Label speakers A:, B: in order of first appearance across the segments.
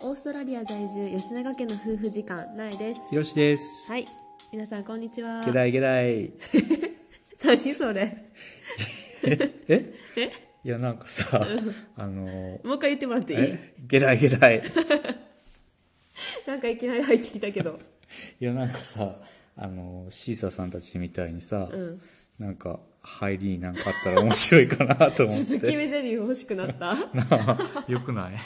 A: オーストラリア在住吉永家の夫婦時間ないです
B: ひろしです。
A: はい皆さんこんにちは
B: ゲライゲライ。い
A: 何それ
B: や、なんかさ、あの、
A: もう一回言ってもらっていい
B: えゲライゲライ。
A: なんかいきなり入ってきたけど
B: いや、なんかさ、あの、シーサーさんたちみたいにさ、
A: ん
B: なんか、入りになんかあったら面白いかなと思っ
A: ちょっと決
B: て。
A: めゼリフ欲しくなった
B: なあよくない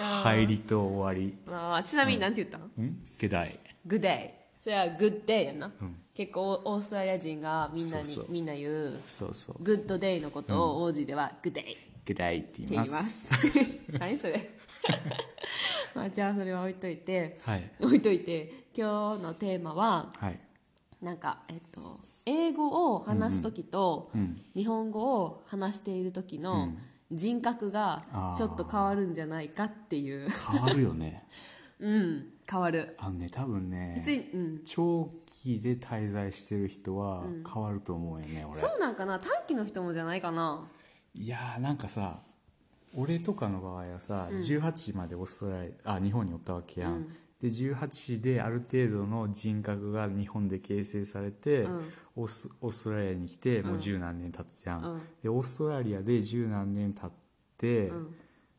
B: 入りと終わり。
A: あーちなみになんて言ったの
B: んゲライ。
A: グデイそれはグッデイやな、
B: ん
A: 結構オーストラリア人がみんなに
B: そうそう
A: みんな言う
B: そうそう。
A: グッドデイのことを王子ではグデイって
B: ゲライって言い
A: 言いま
B: ます。
A: す 何それまあじゃあそれは置いといて、
B: はい
A: 置いといて今日のテーマは
B: はい。
A: なんかえっと英語を話す時と、日本語を話している時の人格がちょっと変わるんじゃないかっていう、
B: 変わるよね。
A: うん変わる
B: あのね、多分ね、
A: 別にうん
B: 長期で滞在してる人は変わると思うよね、俺。
A: そうなんかな短期の人もじゃないかない
B: やーなんかさ俺とかの場合はさ、18までオーストラリアあ日本におったわけやん、で18である程度の人格が日本で形成されて、
A: うん
B: オースオーストラリアに来てもう十何年経つやん、
A: うん
B: でオーストラリアで十何年経って、
A: ん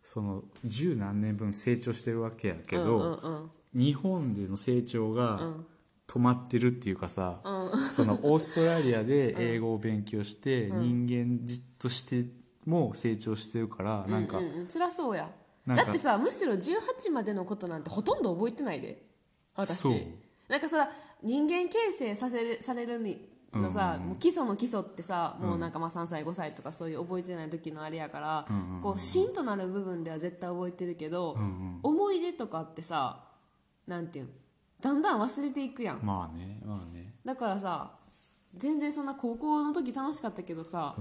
B: その十何年分成長してるわけやけど、
A: うんうん
B: 日本での成長
A: う
B: が
A: ん
B: 止まってるっていうかさ、
A: うん
B: そのオーストラリアで英語を勉強して人間じとしても成長してるからなんか
A: うんうんうん、そりゃそうや
B: なんか
A: だってさむしろ18までのことなんてほとんど覚えてないで私
B: そう
A: なんかさ人間形成させるされるにのさ、もう基礎の基礎ってさもうなんかまあ3歳5歳とかそういう覚えてない時のあれやから、こう芯となる部分では絶対覚えてるけど、思い出とかってさなんていうんだんだん忘れていくやん
B: まあねまあね
A: だからさ全然そんな高校の時楽しかったけどさ、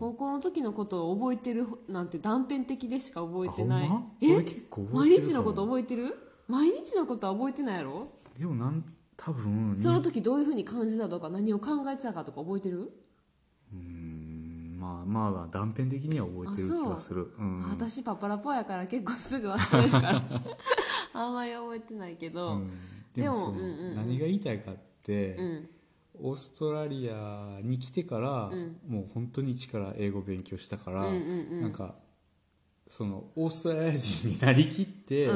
A: 高校の時のことを覚えてるなんて断片的でしか覚えてない、
B: あほんま
A: え
B: 俺結構覚え
A: 毎
B: てるかも
A: 日のこと覚えてる毎日のことは覚えてないやろ
B: でもなん多分
A: その時どういうふうに感じたとか何を考えてたかとか覚えてる、
B: うんまあまあまあ断片的には覚えてる気がするうん
A: 私パパラパやから結構すぐ忘れるから あんまり覚えてないけど、
B: うんでも
A: でも
B: その
A: うんうん
B: 何が言いたいかって、
A: ん
B: オーストラリアに来てから、もう本当に一から英語勉強したから、なんかそのオーストラリア人になりきって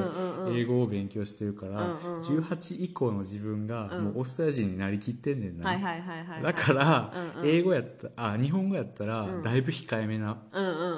B: 英語を勉強してるから、18以降の自分がもうオーストラリア人になりきってんねんな、
A: はいはいはいはいはい、
B: だから、英語やったあ日本語やったらだいぶ控えめな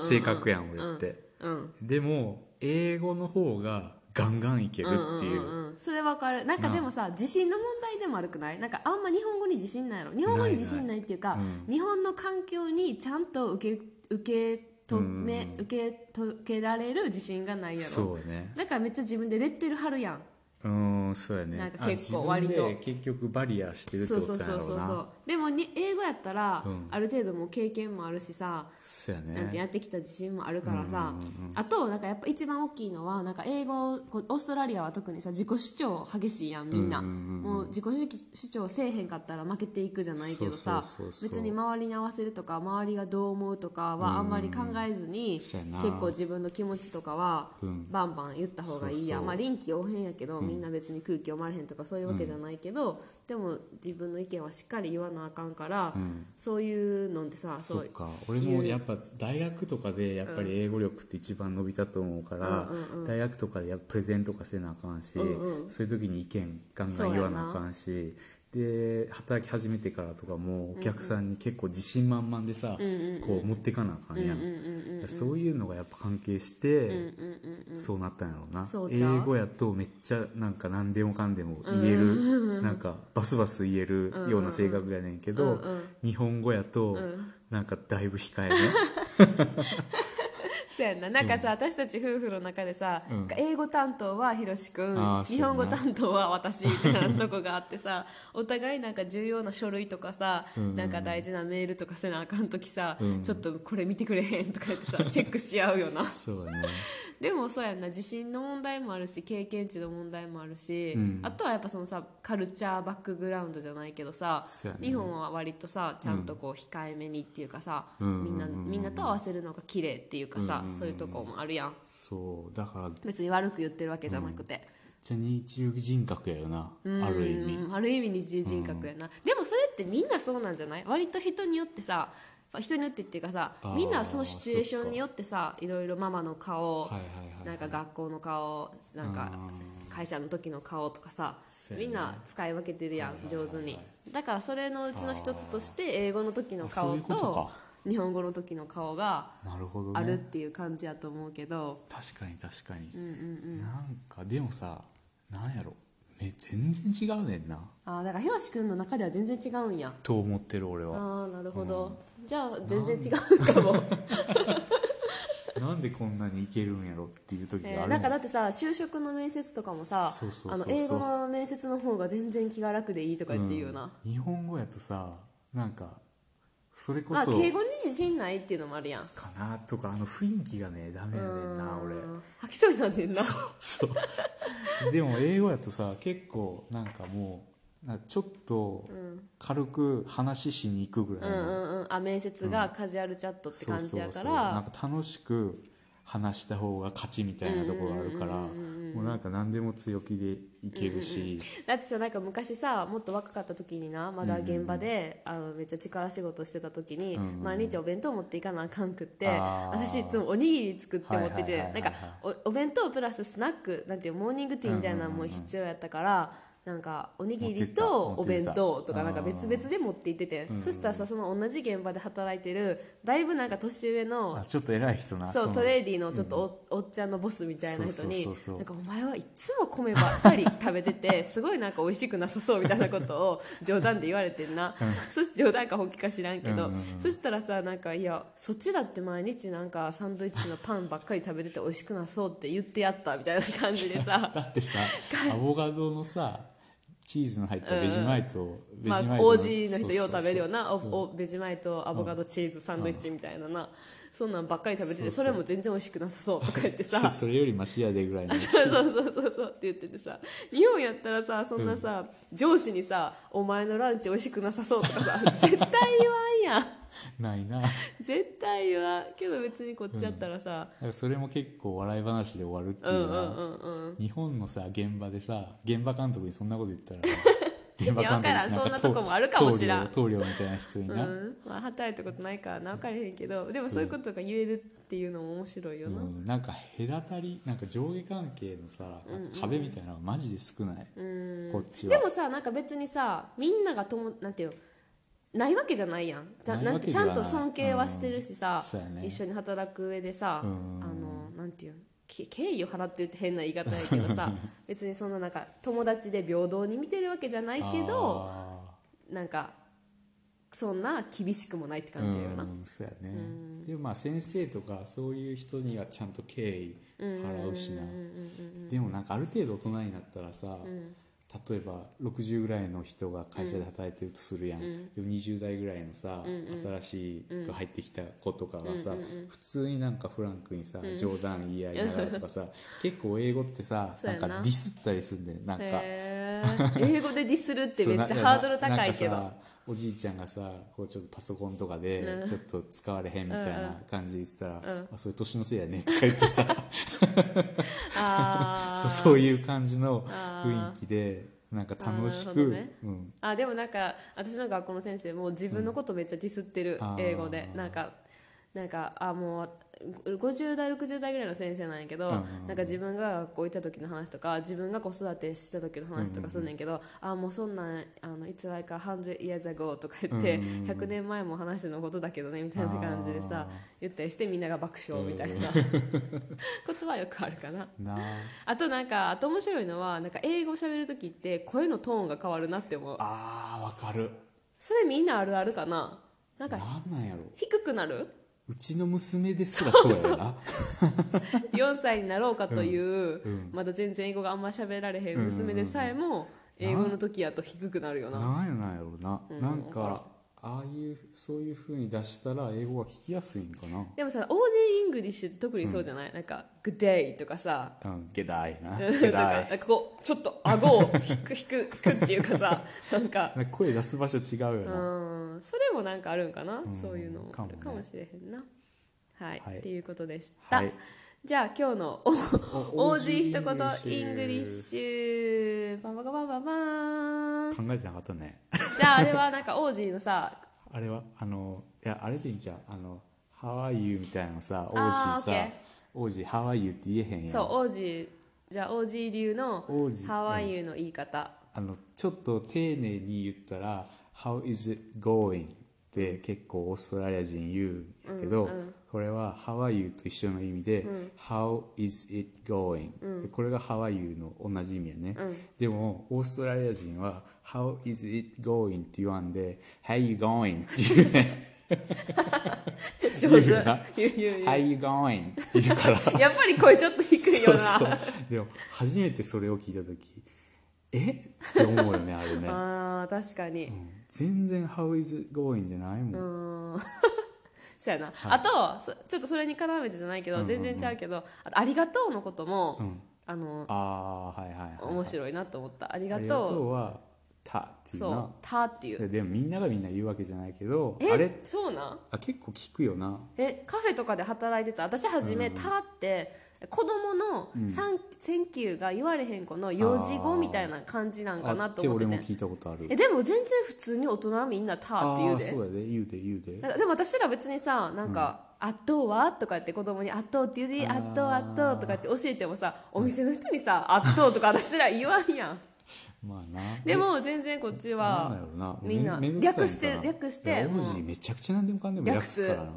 B: 性格やん俺って、
A: うん
B: でも英語の方がガンガンいけるっていう,、
A: うんうん、それわかるなんかでもさ自信の問題でも悪くないなんかあんま日本語に自信ないやろ日本語に自信ないっていうか日本の環境にちゃんと受け受け止め、受け止けられる自信がないやろ
B: そうね
A: なんかめっちゃ自分でレッテル貼るやん
B: うーんそうやね
A: なんか
B: あ
A: 結構割と
B: 自分で結局バリアしてるって
A: そう
B: こ
A: そ
B: と
A: う
B: な
A: そ
B: ん
A: う
B: や
A: そう
B: ろ
A: そうう
B: な
A: でもに英語やったら、
B: ん
A: ある程度もう経験もあるしさ
B: そうや
A: なんてやっ
B: ね
A: てきた自信もあるからさ、あとなんかやっぱ一番大きいのはなんか英語こうオーストラリアは特にさ自己主張激しいやんみんな、
B: うんうんうんうん
A: もう自己主張せえへんかったら負けていくじゃないけどさ
B: そうそうそうそう
A: 別に周りに合わせるとか周りがどう思うとかはあんまり考えずに、
B: そうやな
A: 結構自分の気持ちとかは
B: うん
A: バンバン言った方がいいや、
B: そうそうん
A: まあ臨機応変やけど、みんな別に空気読まれへんとかそういうわけじゃないけど、でも自分の意見はしっかり言わなあかんから、そういうのってさ
B: そ
A: そうう
B: か俺もやっぱ大学とかでやっぱり英語力って一番伸びたと思うから、大学とかでやっぱプレゼンとかせなあかんし、そういう時に意見ガンガン言わなあかんしで働き始めてからとかもお客さんに結構自信満々でさ、こう持ってかなあかんやん,、そういうのがやっぱ関係して、そうなったんやろうな
A: そうちゃう
B: 英語やとめっちゃなんか何でもかんでも言える、なんかバスバス言えるような性格やねんけど、日本語やとなんかだいぶ控 えめ、
A: そうやんななんかさ、私たち夫婦の中でさ、英語担当はひろしく
B: あ
A: ん
B: ーそう
A: 日
B: やな
A: 本語担当は私みたいなとこがあってさ お互いなんか重要な書類とかさ、なんか大事なメールとかせなあかん時さ、ちょっとこれ見てくれへんとか言ってさチェックし合うよな
B: そうだね
A: でもそうやんな自信の問題もあるし経験値の問題もあるし、
B: うん
A: あとはやっぱそのさカルチャーバックグラウンドじゃないけどさ、
B: そうやね
A: 日本は割とさちゃんとこう控えめにっていうかさ、
B: うん
A: みんなみんなと合わせるのが綺麗っていうかさ、そういうとこもあるやん
B: そうだからめっ
A: 別に悪く言ってるわけじゃなくて、
B: ちゃ二重人格やよなある意味
A: うんある意味二重人格やな、でもそれってみんなそうなんじゃない割と人によってさ人によってっていうかさ
B: あー
A: みんなそのシチュエーションによってさいろいろママの顔、
B: はいはいはい
A: なんか学校の顔なんか会社の時の顔とかさ
B: そうや
A: みん
B: ね
A: な使い分けてるやん上手にだからそれのうちの一つとして英語の時の
B: あそ
A: 顔
B: ういうこと
A: と
B: か
A: 日本語の時の顔が
B: なるほど
A: あるっ
B: ね
A: ていう感じやと思うけど
B: 確かに確かになんかでもさなんやろめ全然違うねんな
A: あーだからひろし君の中では全然違うんや
B: と思ってる俺は
A: ああなるほど、じゃあ全然違うかも、
B: なんでこんなにいけるんやろっていう時があ
A: え
B: る
A: ー
B: も
A: なんかだってさ就職の面接とかもさ
B: そうそう
A: あ
B: そ
A: の
B: うそう
A: 英語の面接の方が全然気が楽でいいとか言って言うよな、
B: うん日本語やとさなんかそれこ
A: まあ
B: そ
A: 敬語に自信ないっていうのもあるやん
B: かなとかあの雰囲気がねダメやねんな俺
A: うん吐きそうになんねんな
B: そうでも英語やとさ結構なんかもうなんかちょっと軽く話しに行くぐら
A: う
B: いの、
A: んうんうんあ面接がカジュアルチャットって感じやから、
B: なんか楽しく話した方が勝ちみたいなところがあるからもうなんか何でも強気でいけるし、
A: だってさなんか昔さもっと若かった時になまだ現場で、あのめっちゃ力仕事してた時に、
B: うんうん
A: 毎日お弁当持っていかなあかんくって
B: あー
A: 私いつもおにぎり作って持って
B: はい
A: て
B: はいはいは
A: ないん
B: はい
A: かおお弁当プラススナックなんていうモーニングティーみたいなのも必要やったから、なんかおにぎりと
B: 持
A: お
B: ってった
A: 弁当と
B: あ
A: か
B: ー
A: なんか別々で持って行ってて、そしたらさその同じ現場で働いてるだいぶなんか年上の
B: あちょっと偉い人な
A: そう
B: の
A: トレーディーのちょっとお,、おっちゃんのボスみたいな人に
B: そうそうそうそう
A: なんかお前はいつも米ばっかり食べてて すごいなんか美味しくなさそうみたいなこと を冗談で言われてんな、そし冗談か本気か知らんけど、
B: うんうん
A: そしたらさなんかいやそっちだって毎日なんかサンドイッチのパンばっかり食べてて美味しくなそうって言ってやったみたいな感じ でさ
B: だっ てさアボカドのさチーズの入ったベジマイト、ベ
A: まあ
B: ジマイト
A: 王子の人よう食べるよう
B: な
A: なおおベジマイトアボカドチーズサンドイッチみたいなな、そんなんばっかり食べてて
B: そ
A: そう
B: そ
A: れ
B: う
A: も全然美味しくなさそうとか言って さ
B: それよりマシやでぐらいの
A: そうそうそうそうそうって言っててさ日本やったらさそんなさ、上司にさ「お前のランチ美味しくなさそう」とか さ絶対言わんやん
B: ないなだか
A: 絶対言わんけど別にこっちやったらさ、
B: らそれも結構笑い話で終わるって
A: う
B: い
A: ん、う
B: うんの
A: う
B: は、
A: んうんうん
B: 日本のさ現場でさ現場監督にそんなこと言 ったら現
A: いやわからん
B: か
A: そんなとこもあるかもしらん
B: 棟梁棟梁みたいな人に
A: う
B: な、
A: んまあ働いたことないからな分かれへんけどでもそういうことが言えるっていうのも面白いよな、
B: うんなんか隔たりなんか上下関係のさ、壁みたいなのがマジで少ない、こっちは
A: でもさなんか別にさみんながともなんていうのないわけじゃないやんじゃ
B: ないわ
A: んて
B: けで
A: ち
B: は
A: ゃ
B: ない
A: んと尊敬はしてるし
B: うん
A: さ、
B: そうやね
A: 一緒に働く上でさ、
B: うん
A: あのなんていうのけ敬意を払ってるって変な言い方やけど さ別にそんななんか友達で平等に見てるわけじゃないけど
B: あ
A: なんかそんな厳しくもないって
B: ー
A: 感じやよな、
B: うんそうやね、でもまあ先生とかそういう人にはちゃんと敬意払うしな、でもなんかある程度大人になったらさ、例えば60ぐらいの人が会社で働いてるとするやん、でも20代ぐらいのさ、新しいが入ってきた子とかがさ、普通になんかフランクにさ、冗談言い合いながらと かさ結構英語ってさ
A: そう
B: な
A: や
B: ん
A: な
B: かディスったりするんだよなんか。
A: へー英語でディスるってめっちゃ
B: そうな
A: ハードル高いけ
B: ななん
A: ど
B: かさおじいちゃんがさこうちょっとパソコンとかでちょっと使われへんみたいな感じで言ってたら「あそれ年のせいやね」とか言ってさ
A: あ
B: そう
A: ー
B: そういう感じの雰囲気でなんか楽し
A: あーなるほ
B: く、
A: どね
B: うん、
A: あでもなんか私の学校の先生も自分のことめっちゃディスってる、
B: うんあー
A: 英語でなんかなんかあもう50代60代ぐらいの先生なんやけど、
B: うんうんうん
A: なんか自分が学校行った時の話とか自分が子育てした時の話とかすんねんけど、あもうそんなんあのいつらか100 years ago とか言って、
B: うんうんうん
A: 100年前も話のことだけどねみたいな感じでさ
B: あー
A: 言ったりしてみんなが爆笑みたいな、 ことはよくあるかな。
B: なあ
A: あとなんかあと面白いのはなんか英語喋る時って声のトーンが変わるなって思う
B: あーわかる
A: それみんなあるあるかななんか
B: なんなんやろ
A: 低くなる
B: うちの娘ですらそうやな
A: 4歳になろうかという、
B: うん
A: まだ全然英語があんま喋られへん娘でさえも英語の時やと低くなるよな
B: なんやなんやろな、なんかああいうそういうふうに出したら英語が聞きやすいんかな
A: でもさオージーイングリッシュって特にそうじゃない、なんか「グデイ」とかさ
B: うんゲダイ
A: な
B: なゲ
A: んか
B: ダ
A: な
B: イ
A: んかこうちょっと顎を引 く引く引くっていうかさなんか
B: なんか声出す場所違うよ
A: う
B: な、
A: んそれもなんかあるんかな、
B: ん
A: そういうのも
B: か
A: あ
B: もね
A: るかもしれへんなはい、
B: はい
A: っていうことでした、
B: はい
A: じゃあ今日のお
B: お
A: オージー一言イングリッシュバンバカバンバンバ ーン
B: 考えてなかったね
A: じゃああれはなんかオージーのさ
B: あれはあのいやあれでいいんちゃうあの「How are you?」みたいなのさ王子
A: あー
B: さ
A: OK
B: 王子「How are you?」って言えへんやん
A: そうオージーじゃあオージー流の
B: オージー
A: ハワイユーの言い方、
B: あのちょっと丁寧に言ったら「How is it going?」って結構オーストラリア人言うんやけど、これは「How are you?」と一緒の意味で「How is it going?、でこれが「How are you?」の同じ意味やね、でもオーストラリア人は「How is it going?」って言わんで「How you going?」って言うね
A: 上
B: 言うな
A: 手言う言う言う
B: How you going?」って言うから
A: やっぱり声ちょっと低いよな
B: そうそうでも初めてそれを聞いた時えって思うよねあれね
A: あー確かに、
B: 全然「How is it going?」じゃないもん、
A: そうやな、あとそちょっとそれに絡めてじゃないけど、全然ちゃうけどあとありがとうのことも、あの
B: ああはいはいはい、はい、
A: 面白いなと思ったあり
B: あ
A: が
B: りがと
A: と
B: うは「た」って
A: う
B: いうな
A: そう「た」ってい
B: で
A: う
B: でもみんながみんな言うわけじゃないけど
A: え
B: あれ
A: そうなん
B: あ結構聞くよな
A: えカフェとかで働いてた私はじめ「た」って子供の「サンセンキュー」が言われへん子の四字語みたいな感じなんか
B: あ
A: な
B: っ
A: と
B: て
A: 思って
B: 俺も
A: ね
B: 聞いたことある
A: えでも全然普通に大人はみんな「た」って言
B: あ
A: う
B: あ
A: で
B: そうやで言うで言うで
A: なんかでも私ら別にさなんか「あっとうは?」とかって子供に「あっとう」って言うで「あっとうあっとう」とかって教えてもさお店の人にさ「あっとう」とか私ら言わんやん
B: まあな
A: でも全然こっち
B: なんだ
A: は
B: ろうな
A: みんな
B: めめどくさいか
A: 略して略して
B: いや
A: もう
B: 王子めちゃくちゃ何でもかんでも
A: 略
B: 略す
A: す
B: からな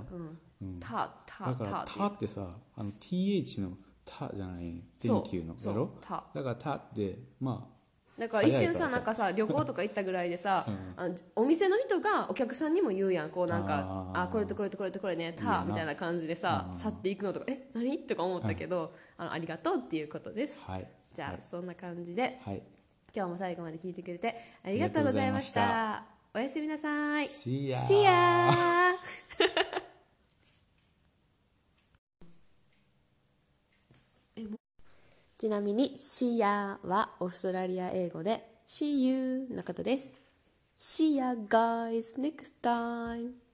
A: うん「た」「た」
B: だ
A: 「
B: から
A: た」
B: 「
A: って
B: た」ってさあの TH の「た」じゃない「Thank you」の
A: そう
B: やろ
A: た
B: だから「た」ってまあ
A: だから一瞬
B: 早
A: さ
B: いから
A: なんかさ旅行とか行ったぐらいで さ、あのお店の人がお客さんにも言うやんこうなんか「
B: あ
A: あ
B: ー
A: これとこれとこれとこれね
B: いいよ
A: た」
B: な
A: みたいな感じでさ去っていくのとか「え何?」とか思ったけど、あのありがとうっていうことです
B: はい
A: じゃあそんな感じで
B: あはい
A: 今日も最後まで聞いてくれてありがとうございました
B: ありが
A: おやすみなさい
B: See ya
A: See ya!えもちなみに「See ya」はオーストラリア英語で「See you」のことです See ya guys next time